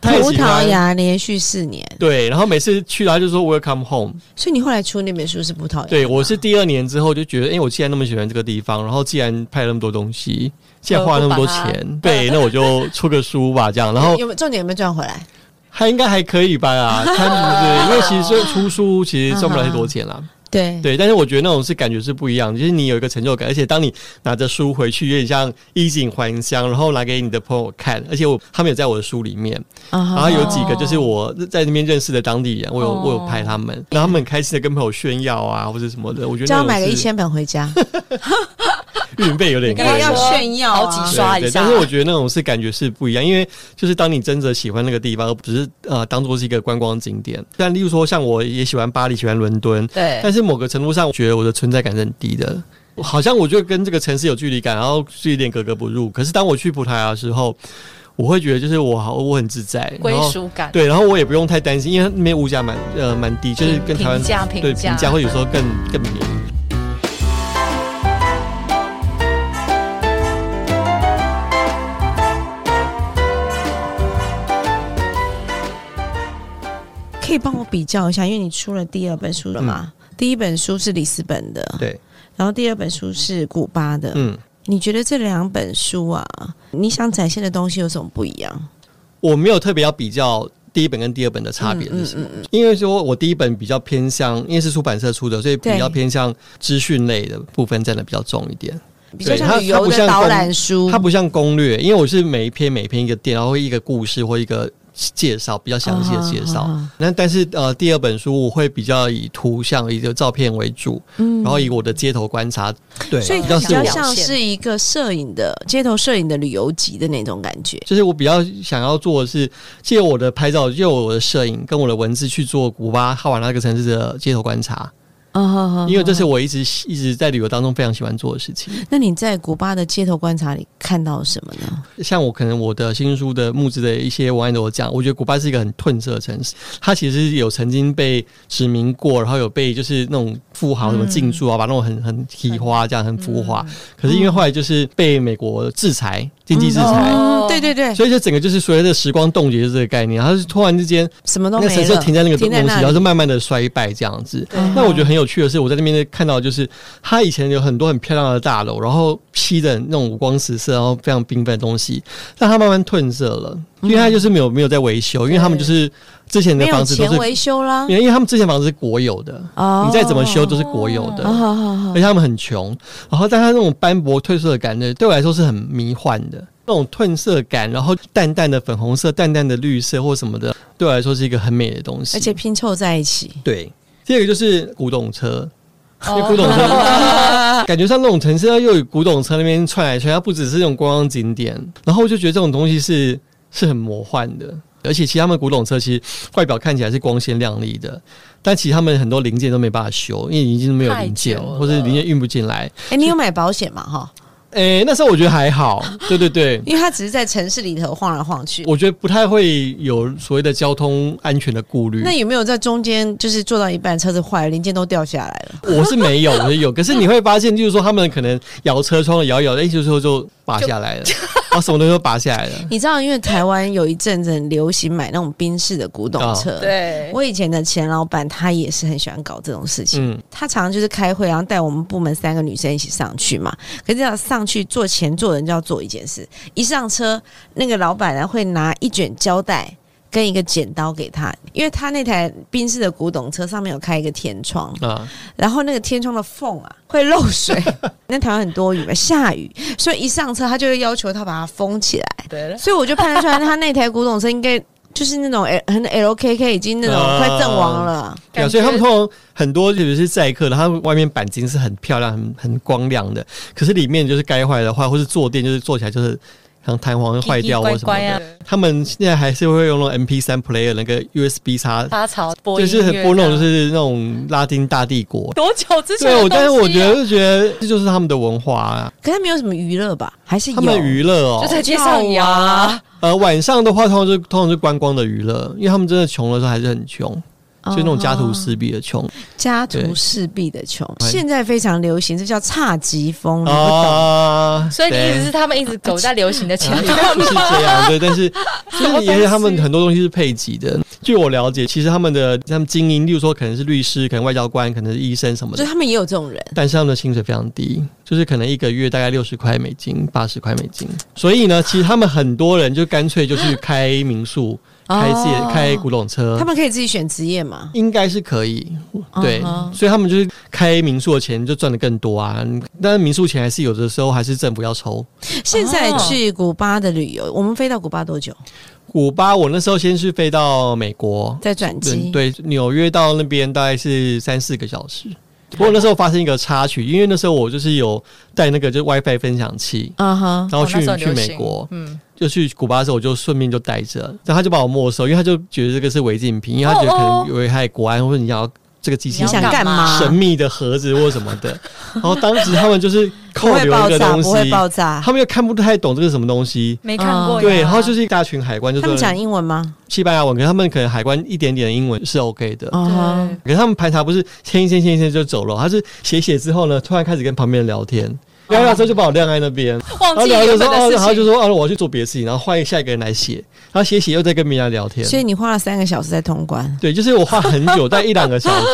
Speaker 4: 他也
Speaker 2: 葡
Speaker 4: 喜欢
Speaker 2: 萄。牙连续四年，
Speaker 4: 对，然后每次去他就说 Welcome home。
Speaker 2: 所以你后来出那本书是葡萄牙，
Speaker 4: 对我是第二年之后就觉得，哎、我既然那么喜欢这个地方，然后既然拍了那么多东西，既然花了那么多钱，对，那我就出个书吧，这样。然后
Speaker 2: 有没有重点有没有赚回来？
Speaker 4: 还应该还可以吧
Speaker 2: <laughs>
Speaker 4: 啊，他们对，因为其实出书其实赚不了太多钱啦。
Speaker 2: <laughs> 对
Speaker 4: 对，但是我觉得那种是感觉是不一样的，就是你有一个成就感，而且当你拿着书回去，有点像衣锦还乡，然后拿给你的朋友看，而且我他们也在我的书里面，
Speaker 2: 啊哈
Speaker 4: 然后有几个就是我在那边认识的当地人，我有我有拍他们，然后他们很开心的跟朋友炫耀啊或者什么的，我觉得那
Speaker 2: 就要
Speaker 4: 种
Speaker 2: 买个
Speaker 4: 是
Speaker 2: 一千本
Speaker 4: <laughs>
Speaker 2: 回家，
Speaker 4: 运费有点贵
Speaker 5: 刚。刚要
Speaker 1: 说
Speaker 5: 炫耀啊
Speaker 1: 好几
Speaker 4: 对
Speaker 1: 刷
Speaker 4: 对
Speaker 1: 一下。
Speaker 4: 但是我觉得那种是感觉是不一样，因为就是当你真的喜欢那个地方，而不是呃当做是一个观光景点。但例如说，像我也喜欢巴黎，喜欢伦敦，
Speaker 1: 对，
Speaker 4: 但是某个程度上，我觉得我的存在感是很低的。好像我就跟这个城市有距离感，然后是有点格格不入。可是当我去葡萄牙的时候，我会觉得就是我好，我很自在，
Speaker 1: 归
Speaker 4: 然后
Speaker 1: 属感。
Speaker 4: 对，然后我也不用太担心，因为那边物价蛮呃蛮低，就是跟台湾
Speaker 1: 平价
Speaker 4: 对
Speaker 1: 平价
Speaker 4: 平价会有时候更更便宜。
Speaker 2: 可以帮我比较一下，因为你出了第二本书了嘛？
Speaker 4: 嗯
Speaker 2: 第一本书是里斯本的，
Speaker 4: 对，
Speaker 2: 然后第二本书是古巴的。
Speaker 4: 嗯，
Speaker 2: 你觉得这两本书啊，你想展现的东西有什么不一样？
Speaker 4: 我没有特别要比较第一本跟第二本的差别是
Speaker 2: 嗯
Speaker 4: 什么，因为说我第一本比较偏向，因为是出版社出的，所以比较
Speaker 2: 对
Speaker 4: 偏向资讯类的部分占的比较重一点。
Speaker 2: 比较
Speaker 4: 它它
Speaker 2: 像旅游
Speaker 4: 不
Speaker 2: 的
Speaker 4: 像
Speaker 2: 导
Speaker 4: 公
Speaker 2: 览书，
Speaker 4: 它不像攻略，因为我是每一篇每一篇一个店，然后一个故事或一个介绍，比较详细的介绍。
Speaker 2: 啊啊啊
Speaker 4: 那但是呃，第二本书我会比较以图像、以个照片为主，
Speaker 2: 嗯
Speaker 4: 然后以我的街头观察，对，
Speaker 2: 所以
Speaker 4: 比
Speaker 2: 它
Speaker 4: 较
Speaker 2: 比
Speaker 4: 是
Speaker 2: 较
Speaker 4: 我。
Speaker 2: 像是一个摄影的街头摄影的旅游集的那种感觉。
Speaker 4: 就是我比较想要做的是借我的拍照、借我的摄影跟我的文字去做古巴哈瓦那个城市的街头观察，
Speaker 2: 啊
Speaker 4: 因为这是我一直一直在旅游当中非常喜欢做的事情。
Speaker 2: 那你在古巴的街头观察里看到什么呢？
Speaker 4: 像我可能我的新书的募资的一些文案都有讲，我觉得古巴是一个很褪色的城市，它其实有曾经被殖民过，然后有被就是那种富豪什么进驻啊，把那种很很提花这样很浮华，可是因为后来就是被美国制裁，经济制裁。
Speaker 1: 哦
Speaker 2: 嗯对对对，
Speaker 4: 所嗯以就整个就是随着时光冻结这个概念，它是突然之间，
Speaker 2: 什么都
Speaker 4: 那
Speaker 2: 没
Speaker 4: 个
Speaker 2: 了，
Speaker 4: 城市就停在那个东
Speaker 2: 停
Speaker 4: 西，
Speaker 2: 在那
Speaker 4: 然后
Speaker 2: 里嗯
Speaker 4: 就慢慢的衰败这样子。
Speaker 1: 对
Speaker 4: 那我觉得很有趣的是，我在那边看到，就是它以前有很多很漂亮的大楼，然后披的那种五光十色，然后非常缤纷的东西，但它慢慢褪色了，因为它就是没有没有在维修，因为他们就是之前的
Speaker 2: 嗯没有
Speaker 4: 房子都
Speaker 2: 钱
Speaker 4: 是，嗯
Speaker 2: 维修啦。
Speaker 4: 因为他们之前房子是国有的，
Speaker 2: 哦
Speaker 4: 你再怎么修都是国有的
Speaker 2: 啊，。好好好
Speaker 4: 而且他们很穷，然后但他那种斑驳褪色的感觉，对我来说是很迷幻的。那种褪色感，然后淡淡的粉红色、淡淡的绿色或什么的，对我来说是一个很美的东西。
Speaker 2: 而且拼凑在一起。
Speaker 4: 对，第二个就是古董车，因为
Speaker 1: 哦
Speaker 4: 古董车、感觉上那种城市，它又有古董车那边窜来窜，去，它不只是那种观光景点，然后我就觉得这种东西是是很魔幻的。而且其实他们古董车其实外表看起来是光鲜亮丽的，但其实他们很多零件都没办法修，因为已经没有零件，
Speaker 1: 太久了
Speaker 4: 或者零件运不进来。
Speaker 2: 哎、你有买保险吗？哈，
Speaker 4: 诶、那时候我觉得
Speaker 1: <laughs>
Speaker 4: 还好，对对对，
Speaker 2: 因为它只是在城市里头晃来晃去。
Speaker 4: 我觉得不太会有所谓的交通安全的顾虑
Speaker 2: 那。有没有在中间就是做到一半车子坏了，零件都掉下来了？
Speaker 4: 我是没有，我是有，可是你会发现，就是说他们可能摇车窗摇一摇，哎、就最后就拔
Speaker 1: <laughs>
Speaker 4: 下来了，然后什么东西都拔下来了。
Speaker 2: <laughs> 你知道，因为台湾有一阵子很流行买那种宾士的古董车。
Speaker 1: <laughs> 哦
Speaker 2: <laughs>
Speaker 1: 对，
Speaker 2: 我以前的前老板他也是很喜欢搞这种事情。
Speaker 4: 嗯，
Speaker 2: 他常常就是开会，然后带我们部门三个女生一起上去嘛。可是要上去坐前座的人就要做一件事，一上车，那个老板呢会拿一卷胶带跟一个剪刀给他，因为他那台宾士的古董车上面有开一个天窗，
Speaker 4: 啊，
Speaker 2: 然后那个天窗的缝啊会漏水。那台湾很多雨嘛，下雨，所以一上车他就会要求他把它封起来。
Speaker 1: 对了，
Speaker 4: 哦
Speaker 2: 所以我就判断出来，他那台古董车应该。就是那种 L- 很 LKK 已经那种
Speaker 4: 啊
Speaker 2: 快阵亡了，
Speaker 4: 对啊，
Speaker 1: 感
Speaker 4: 所以他们
Speaker 1: 觉
Speaker 4: 通常很多，特别是载客的，他们外面钣金是很漂亮、很很光亮的，可是里面就是该坏的坏，或是坐垫就是坐起来就是像弹簧坏掉或
Speaker 1: 乖
Speaker 4: 什么
Speaker 1: 乖
Speaker 4: 的。
Speaker 1: 啊，
Speaker 4: 他们现在还是会用那种 MP 三 player 那个 USB 插，
Speaker 1: 插槽播
Speaker 4: 就
Speaker 1: 音
Speaker 4: 是很
Speaker 1: 乐
Speaker 4: 播那
Speaker 1: 这
Speaker 4: 种
Speaker 1: 样
Speaker 4: 就是那种拉丁大帝国。
Speaker 1: 多久之前
Speaker 4: 对，
Speaker 1: 的
Speaker 4: 我但是
Speaker 1: 东西
Speaker 4: 我觉得
Speaker 1: 啊
Speaker 4: 就觉得这就是他们的文化啊，
Speaker 2: 可他没有什么娱乐吧？还是有
Speaker 4: 他们娱乐
Speaker 1: 就
Speaker 4: 哦。
Speaker 1: 在街上摇啊，
Speaker 4: 呃，晚上的话通常是通常是观光的娱乐，因为他们真的穷的时候还是很穷，就那种家徒
Speaker 2: 哦
Speaker 4: 四壁的穷
Speaker 2: 家徒
Speaker 4: 对
Speaker 2: 四壁的穷，
Speaker 4: 哎
Speaker 2: 现在非常流行，这叫侘寂
Speaker 4: <laughs>
Speaker 2: 风，你不
Speaker 4: 哦
Speaker 2: 懂。
Speaker 4: 啊。
Speaker 1: 所以你意思
Speaker 4: 对
Speaker 1: 是他们一直走在流行的前面
Speaker 4: 不 <laughs> 是这样，对，但是就是也
Speaker 1: 东西
Speaker 4: 是他们很多东西是配给的。据我了解，其实他们的他们精英，例如说可能是律师，可能外交官，可能是医生什么
Speaker 2: 就
Speaker 4: 的，
Speaker 2: 他们也有这种人，
Speaker 4: 但是他们的薪水非常低，就是可能一个月大概六十块美金、八十块美金。所以呢，其实他们很多人就干脆就去开民宿、开自己的
Speaker 2: 哦
Speaker 4: 开古董车
Speaker 2: 他。们可以自己选职业嘛？
Speaker 4: 应该是可以，对
Speaker 2: 嗯哼
Speaker 4: 所以他们就是开民宿的钱就赚的更多啊。但是民宿钱还是有的时候还是政府要抽，
Speaker 2: 现在
Speaker 1: 哦
Speaker 2: 去古巴的旅游，我们飞到古巴多久？
Speaker 4: 古巴，我那时候先是飞到美国，
Speaker 2: 再转机？
Speaker 4: 对，对纽约到那边大概是三四个小时。不过那时候发生一个插曲，因为那时候我就是有带那个就是 WiFi 分享器，
Speaker 2: 嗯哼，
Speaker 4: 然后
Speaker 1: 哦
Speaker 4: 去、
Speaker 1: 那时候
Speaker 4: 去
Speaker 1: 流行
Speaker 4: 美国，
Speaker 1: 嗯，
Speaker 4: 就去古巴的时候，我就顺便就带着，然后他就把我没收，因为他就觉得这个是违禁品，因为他觉得可
Speaker 1: 哦哦
Speaker 4: 能危害国安或者你要这个机器
Speaker 2: 你想
Speaker 4: 是
Speaker 2: 干嘛？
Speaker 4: 神秘的盒子或什么
Speaker 2: <laughs>
Speaker 4: 的。然后当时他们就是
Speaker 2: 不
Speaker 4: 扣
Speaker 2: 会
Speaker 4: 留
Speaker 2: 爆
Speaker 4: 一个
Speaker 2: 炸，
Speaker 4: 东
Speaker 2: 不会
Speaker 4: 西，
Speaker 2: 爆炸。啊
Speaker 4: 他们又看不太懂这是什么东西。
Speaker 1: 没看过呀，
Speaker 4: 嗯对，然后就是一大群海关，就
Speaker 2: 他
Speaker 4: 说
Speaker 2: 们讲英文吗？
Speaker 4: 西班牙文，可是他们可能海关一点点的英文是 OK 的。
Speaker 2: 嗯哼，
Speaker 1: 对
Speaker 4: 可是他们排查不是签一签签一签就走了，他是写一写之后呢，突然开始跟旁边人聊天，聊一聊之后就把我晾在那边，然
Speaker 1: 忘
Speaker 4: 后
Speaker 1: 记
Speaker 4: 聊一聊
Speaker 1: 原
Speaker 4: 之
Speaker 1: 本
Speaker 4: 后，哦
Speaker 1: 的
Speaker 4: 然后
Speaker 1: 事
Speaker 4: 就
Speaker 1: 情，
Speaker 4: 说哦，我要去做别的事情，然后换下一个人来写，然后写一写又在跟别人聊天。
Speaker 2: 所以你花了三个小时在通关。
Speaker 4: 对，就是我花很久，大概一两个小时。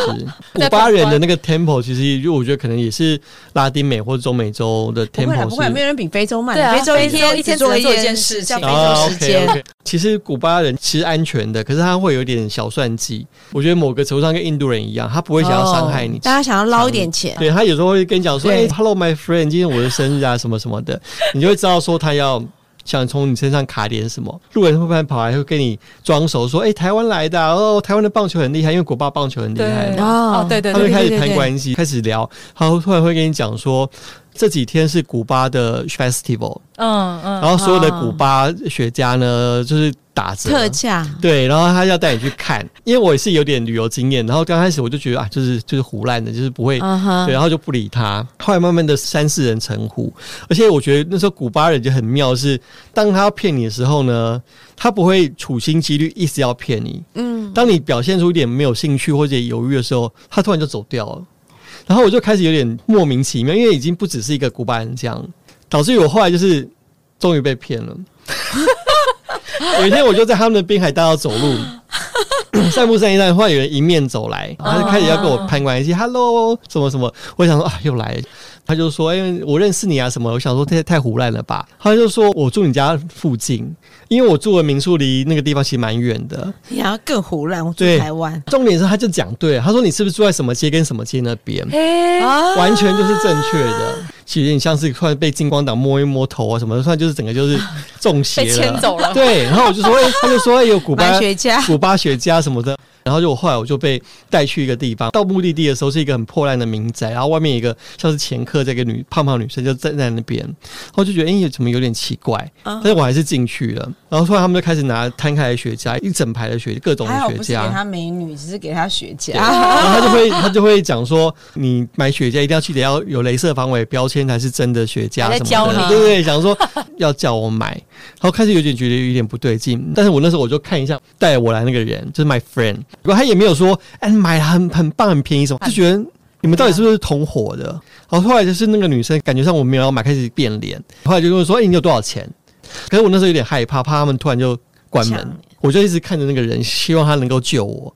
Speaker 4: 古
Speaker 1: 在
Speaker 4: 巴
Speaker 1: 旁
Speaker 4: 人的
Speaker 1: 观
Speaker 4: 那个 tempo 其实，就我觉得可能也是拉丁美或者中美洲的
Speaker 2: 不会啦，
Speaker 4: tempo
Speaker 2: 不会啦，没
Speaker 4: 是。
Speaker 2: 有人比非洲慢。
Speaker 1: 对啊
Speaker 2: 非洲一
Speaker 1: 非洲
Speaker 2: 天
Speaker 1: 一天
Speaker 2: 只
Speaker 1: 只
Speaker 2: 做
Speaker 1: 能做一件
Speaker 2: 事，
Speaker 1: 事
Speaker 2: 叫
Speaker 1: 情
Speaker 2: 非洲时
Speaker 4: OK
Speaker 2: 间。
Speaker 4: OK，其啊实古巴人其实安全的，可是他会有点小算计。我觉得某个程度上跟印度人一样，他不会想要伤害你，
Speaker 2: 大家想要捞一点钱。
Speaker 4: 对他有时候会跟你讲说：“哎、
Speaker 2: 哦对
Speaker 4: h e l l o my friend，今天我的生日啊，什么什么的。”你就会知道说他要想从你身上卡点什么。路人会不会跑来会跟你装熟说：“哎、台湾来的啊、哦，台湾的棒球很厉害，因为国巴棒球很厉害。
Speaker 1: 对
Speaker 2: 哦
Speaker 1: 哦，对对
Speaker 4: 他
Speaker 1: 对
Speaker 4: 们开
Speaker 2: 对
Speaker 4: 始
Speaker 2: 对
Speaker 4: 攀
Speaker 2: 对
Speaker 4: 关系，开始聊，他会突然会跟你讲说。这几天是古巴的 festival，、
Speaker 1: 嗯嗯，
Speaker 4: 然后所有的古巴学家呢，就是打折
Speaker 2: 特价。
Speaker 4: 对，然后他要带你去看，因为我也是有点旅游经验，然后刚开始我就觉得啊，就是就是胡乱的，就是不会
Speaker 2: 嗯哼
Speaker 4: 对，，然后就不理他。后来慢慢的三四人成虎，而且我觉得那时候古巴人就很妙是，当他要骗你的时候呢，他不会处心积虑一直要骗你。
Speaker 2: 嗯，
Speaker 4: 当你表现出一点没有兴趣或者犹豫的时候，他突然就走掉了。然后我就开始有点莫名其妙，因为已经不只是一个古巴人这样，导致于我后来就是终于被骗了。 <laughs> 有一天我就在他们的滨海大道走路。散步散一散，忽然有人迎面走来，他就开始要跟我攀关系、h e l l o 什么什么，我想说啊，又来了，他就说，哎、我认识你啊，什么？我想说太太胡乱了吧？他就说我住你家附近，因为我住的民宿离那个地方其实蛮远的，
Speaker 2: 你要更胡乱，我住
Speaker 4: 对
Speaker 2: 台湾
Speaker 4: 重点是他就讲对了，他说你是不是住在什么街跟什么街那边，
Speaker 1: 哎，
Speaker 2: 啊
Speaker 4: 完全就是正确
Speaker 1: 啊
Speaker 4: 的。其实你像是突然被金光党摸一摸头啊什么的，突然就是整个就是中邪
Speaker 1: 被
Speaker 4: 了，
Speaker 1: 牵走了
Speaker 4: 对，然后我就说，哎、他就说、哎有古巴
Speaker 2: 买雪茄
Speaker 4: 古巴雪茄什么的。然后就我后来我就被带去一个地方，到目的地的时候是一个很破烂的民宅，然后外面有一个像是前客这个女胖胖女生就站在那边，然后就觉得哎、怎么有点奇怪，
Speaker 2: 嗯
Speaker 4: 但是我还是进去了。然后突然他们就开始拿摊开来雪茄，一整排的雪各种的
Speaker 2: 还好
Speaker 4: 雪
Speaker 2: 不是
Speaker 4: 茄，
Speaker 2: 给她美女，只是给她雪茄。
Speaker 4: 然后他就会 <laughs> 他就会讲说，你买雪茄一定要记得要有镭射防伪标签才是真的雪茄
Speaker 1: 还在
Speaker 4: 什么
Speaker 1: 教
Speaker 4: 的，
Speaker 1: 你
Speaker 4: 对对对，想说要叫我买，然后开始有点觉得有点不对劲，但是我那时候我就看一下带我来那个人，就是 my friend，然后他也没有说，哎，买很很棒很便宜什么，就觉得。你们到底是不是同伙的？然后后来就是那个女生，感觉上我没有要买，开始变脸。后来就跟我说：“哎、你有多少钱？”可是我那时候有点害怕，怕他们突然就关
Speaker 2: 抢
Speaker 4: 门，我就一直看着那个人，希望他能够救我。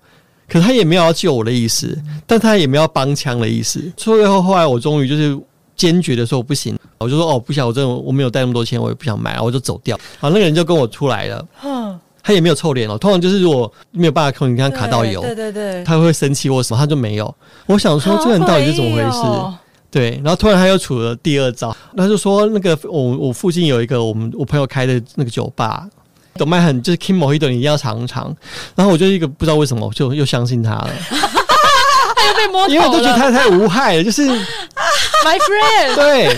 Speaker 4: 可是他也没有要救我的意思，但他也没有要帮腔的意思。最后后来我终于就是坚决的说不行，我就说哦不想，我真的我没有带那么多钱，我也不想买，我就走掉。然后那个人就跟我出来了，
Speaker 1: 嗯
Speaker 4: 他也没有臭脸哦。通常就是如果没有办法控制，你看卡到油，
Speaker 1: 对哦对对，
Speaker 4: 他会生气或什么，他就没有。我想说这个人到底是怎么回事？
Speaker 1: 哦
Speaker 4: 对，然后突然他又出了第二招，他就说那个我我附近有一个我们我朋友开的那个酒吧，等麦很就是 Kim Mojito，你一定要尝尝。然后我就一个不知道为什么，我就又相信他了，
Speaker 1: 被摸
Speaker 4: 因为我都觉
Speaker 1: 哎
Speaker 4: 得他太无害了，就是
Speaker 1: my friend，
Speaker 4: <laughs> 对。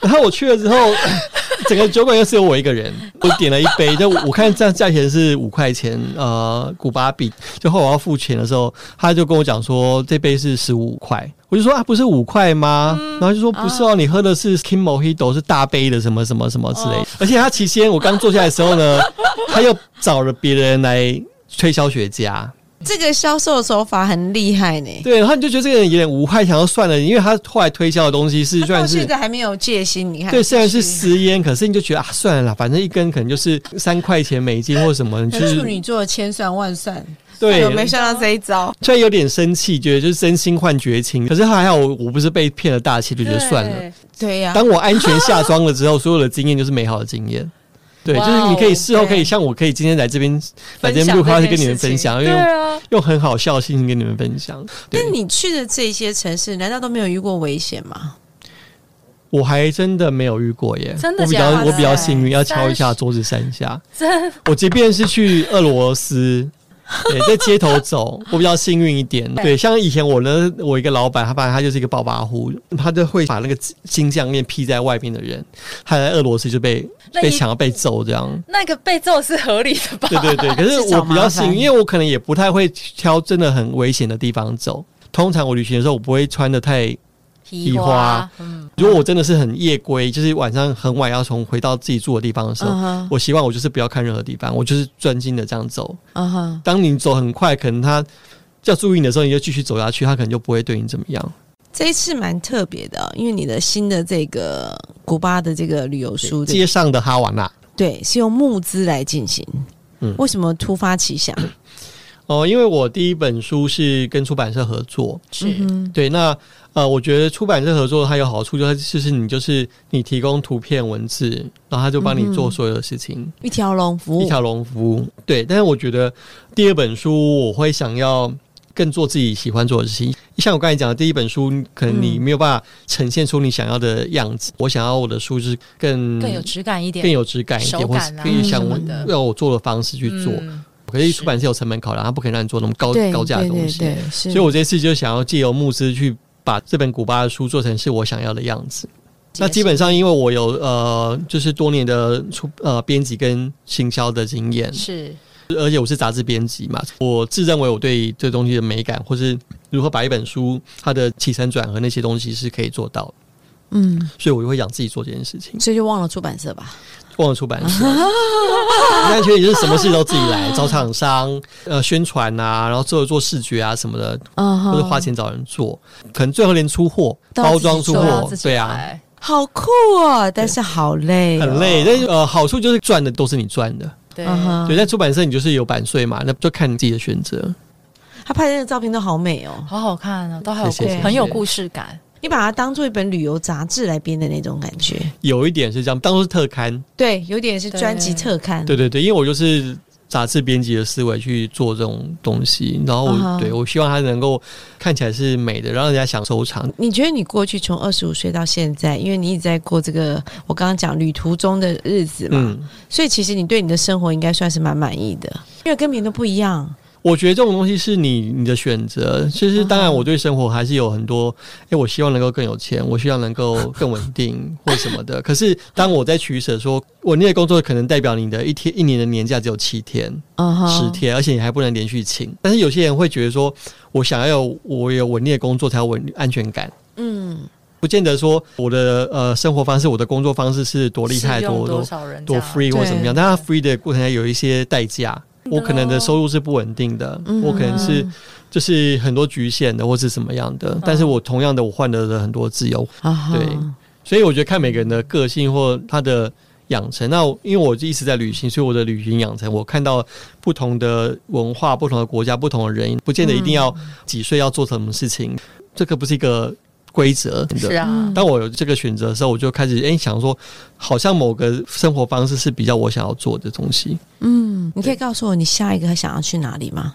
Speaker 4: 然后我去了之后， <laughs> 整个酒馆又只有我一个人，我点了一杯，就我看这样价钱是五块钱，呃，古巴币。就后来我要付钱的时候，他就跟我讲说这杯是十五块。我就说啊，不是五块吗？然后就说不是哦，你喝的是 Kim Mojito，是大杯的什么什么什么之类的。而且他期间我刚坐下来的时候呢， <laughs> 他又找了别人来推销雪茄。
Speaker 2: 这个销售手法很厉害呢。
Speaker 4: 对，然后你就觉得这个人有点无害，想要算了，因为他后来推销的东西是
Speaker 2: 他
Speaker 4: 虽然
Speaker 2: 到
Speaker 4: 是
Speaker 2: 现在还没有戒心，你看，
Speaker 4: 对，虽然是
Speaker 2: 就是
Speaker 4: 私烟，可是你就觉得啊，算了啦，反正一根可能就是三块钱美金或什么，你就
Speaker 2: 啊处
Speaker 4: 是
Speaker 2: 女座千算万算，
Speaker 4: 对
Speaker 2: 哎我，没算到这一招。
Speaker 4: 虽然有点生气，觉得就是真心换绝情，可是还好我我不是被骗了大气，就觉得算了。
Speaker 2: 嗯对呀、
Speaker 4: 当我安全下庄了之后，所有的经验就是美好的经验。对，就
Speaker 1: 哇
Speaker 4: 是你可以
Speaker 1: 哦
Speaker 4: 事后可以
Speaker 2: 对
Speaker 4: 像我可以今天来这边来这
Speaker 2: 分
Speaker 4: 边
Speaker 2: 享
Speaker 4: 录花
Speaker 2: 这
Speaker 4: 去
Speaker 2: 件
Speaker 4: 跟你们
Speaker 2: 事情
Speaker 4: 分享，
Speaker 1: 对
Speaker 4: 用
Speaker 1: 啊，
Speaker 4: 用很好笑的心情跟你们分享。对
Speaker 2: 那你去的这些城市，难道都没有遇过危险吗？
Speaker 4: 我还真的没有遇过耶，
Speaker 1: 真的
Speaker 4: 我比
Speaker 1: 假
Speaker 4: 较
Speaker 1: 的
Speaker 4: 我比较幸运，要敲一
Speaker 1: 三
Speaker 4: 下
Speaker 1: 十
Speaker 4: 桌子三下。
Speaker 1: 真
Speaker 4: 我即便是去俄罗斯。对，在街头走，我比较幸运一点。对，像以前我呢，我一个老板，他反正他就是一个暴发户，他就会把那个金项链披在外面的人，他在俄罗斯就被
Speaker 1: 那
Speaker 4: 被
Speaker 1: 你
Speaker 4: 抢被揍
Speaker 1: <laughs>
Speaker 4: 这样。
Speaker 1: 那个被揍是合理的吧？
Speaker 4: 对对对，可是
Speaker 2: 去找
Speaker 4: 我比较幸运，
Speaker 2: 麻烦
Speaker 4: 因为我可能也不太会挑真的很危险的地方走。通常我旅行的时候，我不会穿的太
Speaker 1: 皮
Speaker 4: 花
Speaker 1: 花，嗯，
Speaker 4: 如果我真的是很夜归，就是晚上很晚要从回到自己住的地方的时候
Speaker 2: 嗯哼
Speaker 4: 我希望我就是不要看任何地方，我就是专心的这样走。
Speaker 2: 嗯哼，
Speaker 4: 当你走很快，可能他要注意你的时候，你就继续走下去，他可能就不会对你怎么样。
Speaker 2: 这一次蛮特别的哦、因为你的新的这个古巴的这个旅游书，对
Speaker 4: 街上的哈瓦那
Speaker 2: 对，是用募资来进行。
Speaker 4: 嗯
Speaker 2: 为什么突发奇
Speaker 4: <coughs>
Speaker 2: 想？
Speaker 4: 哦，因为我第一本书是跟出版社合作，
Speaker 1: 是
Speaker 4: 对，那呃，我觉得出版社合作它有好处，就是就是你就是你提供图片文字，然后他就帮你做所有的事情。
Speaker 2: 一条龙服
Speaker 4: 一
Speaker 2: 务，
Speaker 4: 条龙服务。对，但是我觉得第二本书我会想要更做自己喜欢做的事情。像我刚才讲的，第一本书可能你没有办法呈现出你想要的样子。我想要我的书是更
Speaker 1: 更有质感一点，
Speaker 4: 更有质感一
Speaker 1: 手
Speaker 4: 点，或
Speaker 1: 感
Speaker 4: 是
Speaker 1: 啊
Speaker 4: 更像我
Speaker 1: 什么的
Speaker 4: 要我做的方式去做。
Speaker 1: 嗯
Speaker 4: 可是出版社有成本考量，他不可能让你做那么高
Speaker 2: 对
Speaker 4: 高价的东西。
Speaker 2: 对对对是。
Speaker 4: 所以我这次就想要借由募资去把这本古巴的书做成是我想要的样子。那基本上，因为我有呃，就是多年的出呃编辑跟行销的经验，
Speaker 1: 是
Speaker 4: 而且我是杂志编辑嘛，我自认为我对这东西的美感，或是如何把一本书它的起承转合那些东西是可以做到的，
Speaker 2: 嗯，
Speaker 4: 所以我就会想自己做这件事情。
Speaker 2: 所以就忘了出版社吧。
Speaker 4: 忘了出版社，但缺点就是什么事都自己来，找厂商、呃宣传啊，然后做做视觉啊什么的，
Speaker 2: 嗯
Speaker 4: 或
Speaker 2: 哼，
Speaker 4: 者花钱找人做，可能最后连出货、
Speaker 2: 都要
Speaker 4: 包
Speaker 2: 自己哎
Speaker 4: 装出
Speaker 2: 做
Speaker 1: 要
Speaker 4: 货
Speaker 1: 自，己
Speaker 4: 对啊，
Speaker 1: 来
Speaker 2: 好酷哦，但是好累、哦
Speaker 4: 很累。。但是呃，好处就是赚的都是你赚的，
Speaker 1: 对，
Speaker 2: 嗯哼，
Speaker 4: 对。在出版社你就是有版税嘛，那就看你自己的选择。
Speaker 2: 他拍的那个照片都好美哦，
Speaker 1: 好好看哦，都还有
Speaker 4: 谢谢
Speaker 1: 故
Speaker 4: 谢
Speaker 1: 很有
Speaker 4: 谢
Speaker 1: 故事感，
Speaker 2: 你把它当做一本旅游杂志来编的那种感觉，
Speaker 4: 有一点是这样，当做是特刊，
Speaker 2: 对，有点是
Speaker 1: 对
Speaker 2: 专辑特刊，
Speaker 4: 对对对，因为我就是杂志编辑的思维去做这种东西，然后我、
Speaker 2: 嗯哼
Speaker 4: 对我希望它能够看起来是美的，让人家想收藏。
Speaker 2: 你觉得你过去从二十五岁到现在，因为你一直在过这个我刚刚讲旅途中的日子嘛，
Speaker 4: 嗯，
Speaker 2: 所以其实你对你的生活应该算是蛮满意的，因为跟别人都不一样。
Speaker 4: 我觉得这种东西是你你的选择。其实
Speaker 1: 嗯
Speaker 4: 当然，我对生活还是有很多，哎、我希望能够更有钱，我希望
Speaker 1: <laughs>
Speaker 4: 能够更稳定或什么的。可是当我在取舍说，我那个工作可能代表你的一天一年的年假只有七天，
Speaker 2: 嗯
Speaker 1: 哦
Speaker 4: 十
Speaker 2: 哼，
Speaker 4: 天，而且你还不能连续请。但是有些人会觉得说，我想要有我有稳定的工作才有稳安全感。
Speaker 2: 嗯，
Speaker 4: 不见得说我的呃生活方式、我的工作方式是多厉害、
Speaker 1: 适用
Speaker 4: 多
Speaker 1: 多
Speaker 4: 多
Speaker 1: 少人这
Speaker 4: 多
Speaker 1: 样
Speaker 4: free 或怎么样，但它 free 的过程中有一些代价。
Speaker 1: 的
Speaker 4: 我可能的
Speaker 1: 哦
Speaker 4: 收入是不稳定的，
Speaker 2: 嗯
Speaker 4: 我可能是就是很多局限的，或是怎么样的。
Speaker 1: 嗯
Speaker 4: 但是我同样的，我换得了很多自由，
Speaker 2: 啊哈
Speaker 4: 对所以我觉得看每个人的个性或他的养成。那我因为我一直在旅行，所以我的旅行养成，我看到不同的文化、不同的国家、不同的人，不见得
Speaker 1: 嗯
Speaker 4: 一定要几岁要做什么事情，这个不是一个规则。真的
Speaker 1: 是啊
Speaker 2: 嗯，
Speaker 4: 当我有这个选择的时候，我就开始哎、诶想说，好像某个生活方式是比较我想要做的东西。
Speaker 2: 嗯，你可以告诉我你下一个想要去哪里吗？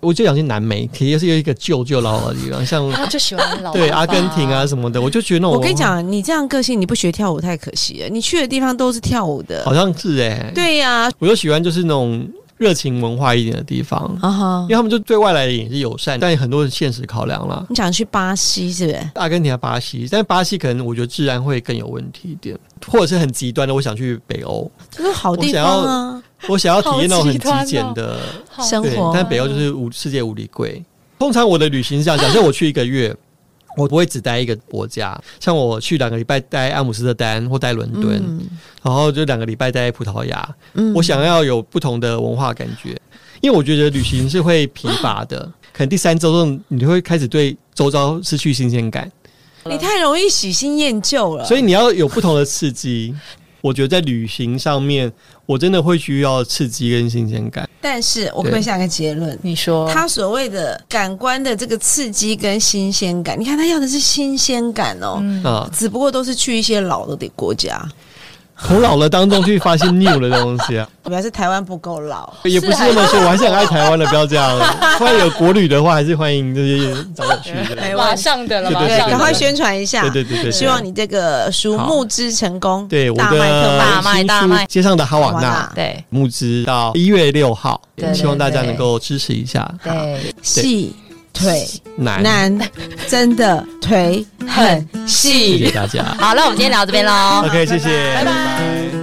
Speaker 4: 我就想去南美，可也是有一个旧旧老老的地方，像
Speaker 1: 他就喜欢老
Speaker 4: 对
Speaker 1: 爸爸
Speaker 4: 阿根廷啊，什么的，我就觉得那种
Speaker 2: 我跟你，讲，你这样个性，你不学跳舞太可惜了。你去的地方都是跳舞的
Speaker 4: 好，像是哎、欸，，
Speaker 2: 对呀、
Speaker 4: 我就喜欢就是那种热情文化一点的地方，
Speaker 2: 啊哈
Speaker 4: 因为，他们就对外来也是友善，但有很多现实考量啦。
Speaker 2: 你想去巴西是不是？
Speaker 4: 阿根廷和巴西，但巴西可能我觉得治安会更有问题一点，或者是很极端的，我想去北欧，
Speaker 2: 这是好地方啊，
Speaker 4: 我想要体验那种
Speaker 1: 好
Speaker 4: 很
Speaker 1: 极端哦
Speaker 4: 极简的
Speaker 1: 好
Speaker 2: 生
Speaker 4: 对
Speaker 2: 活，
Speaker 4: 但北欧就是无世界无敌贵。通常我的旅行是这样，假设我去一个月，我不会只待一个国家，像我去两个礼拜待阿姆斯特丹或待伦敦，然后就两个礼拜待葡萄牙。
Speaker 2: 嗯
Speaker 4: 我想要有不同的文化感觉，因为我觉得旅行是会疲乏的。可能第三周中，你就会开始对周遭失去新鲜感，
Speaker 2: 你太容易喜新厌旧了。
Speaker 4: 所以你要有不同的刺激。我觉得在旅行上面，我真的会需要刺激跟新鲜感。
Speaker 2: 但是我可不可以
Speaker 4: 对
Speaker 2: 下个结论？
Speaker 1: 你
Speaker 4: 哦
Speaker 1: 说
Speaker 2: 他所谓的感官的这个刺激跟新鲜感，你看他要的是新鲜感哦，
Speaker 1: 嗯
Speaker 4: 啊，
Speaker 2: 只不过都是去一些老的国家，
Speaker 4: 从老了当中去发现 new 的东西啊。
Speaker 2: 表示台湾不够老。
Speaker 4: 也不是这么说，我还是很爱台湾的，不要这样。欢迎有国旅的话，还是欢迎这些找我去
Speaker 2: 哎
Speaker 4: 的。
Speaker 2: 我
Speaker 1: 马上的了，
Speaker 4: 对
Speaker 1: 马
Speaker 4: 对
Speaker 2: 对，
Speaker 1: 上
Speaker 4: 对
Speaker 2: 赶
Speaker 1: 的
Speaker 2: 快宣传一下。
Speaker 4: 对对对对，
Speaker 2: 啊希望你这个属
Speaker 4: 好
Speaker 2: 募资成功，
Speaker 4: 对我
Speaker 2: 大麦克
Speaker 4: 的
Speaker 1: 大麦
Speaker 4: 新
Speaker 1: 大
Speaker 4: 书
Speaker 1: 麦
Speaker 4: 《街上的哈
Speaker 2: 巴
Speaker 4: 瓦
Speaker 2: 完
Speaker 4: 那
Speaker 2: 啦》
Speaker 1: 对
Speaker 4: 募资到一月六号
Speaker 1: 对，
Speaker 4: 希望大家能够支持一下。
Speaker 1: 对，
Speaker 2: 细腿
Speaker 4: 难，
Speaker 2: 男，真的腿很
Speaker 1: 很
Speaker 4: 谢谢
Speaker 1: 细。
Speaker 4: 大家。
Speaker 1: 好，那我们今天聊到这边喽。
Speaker 4: OK，谢谢，拜拜。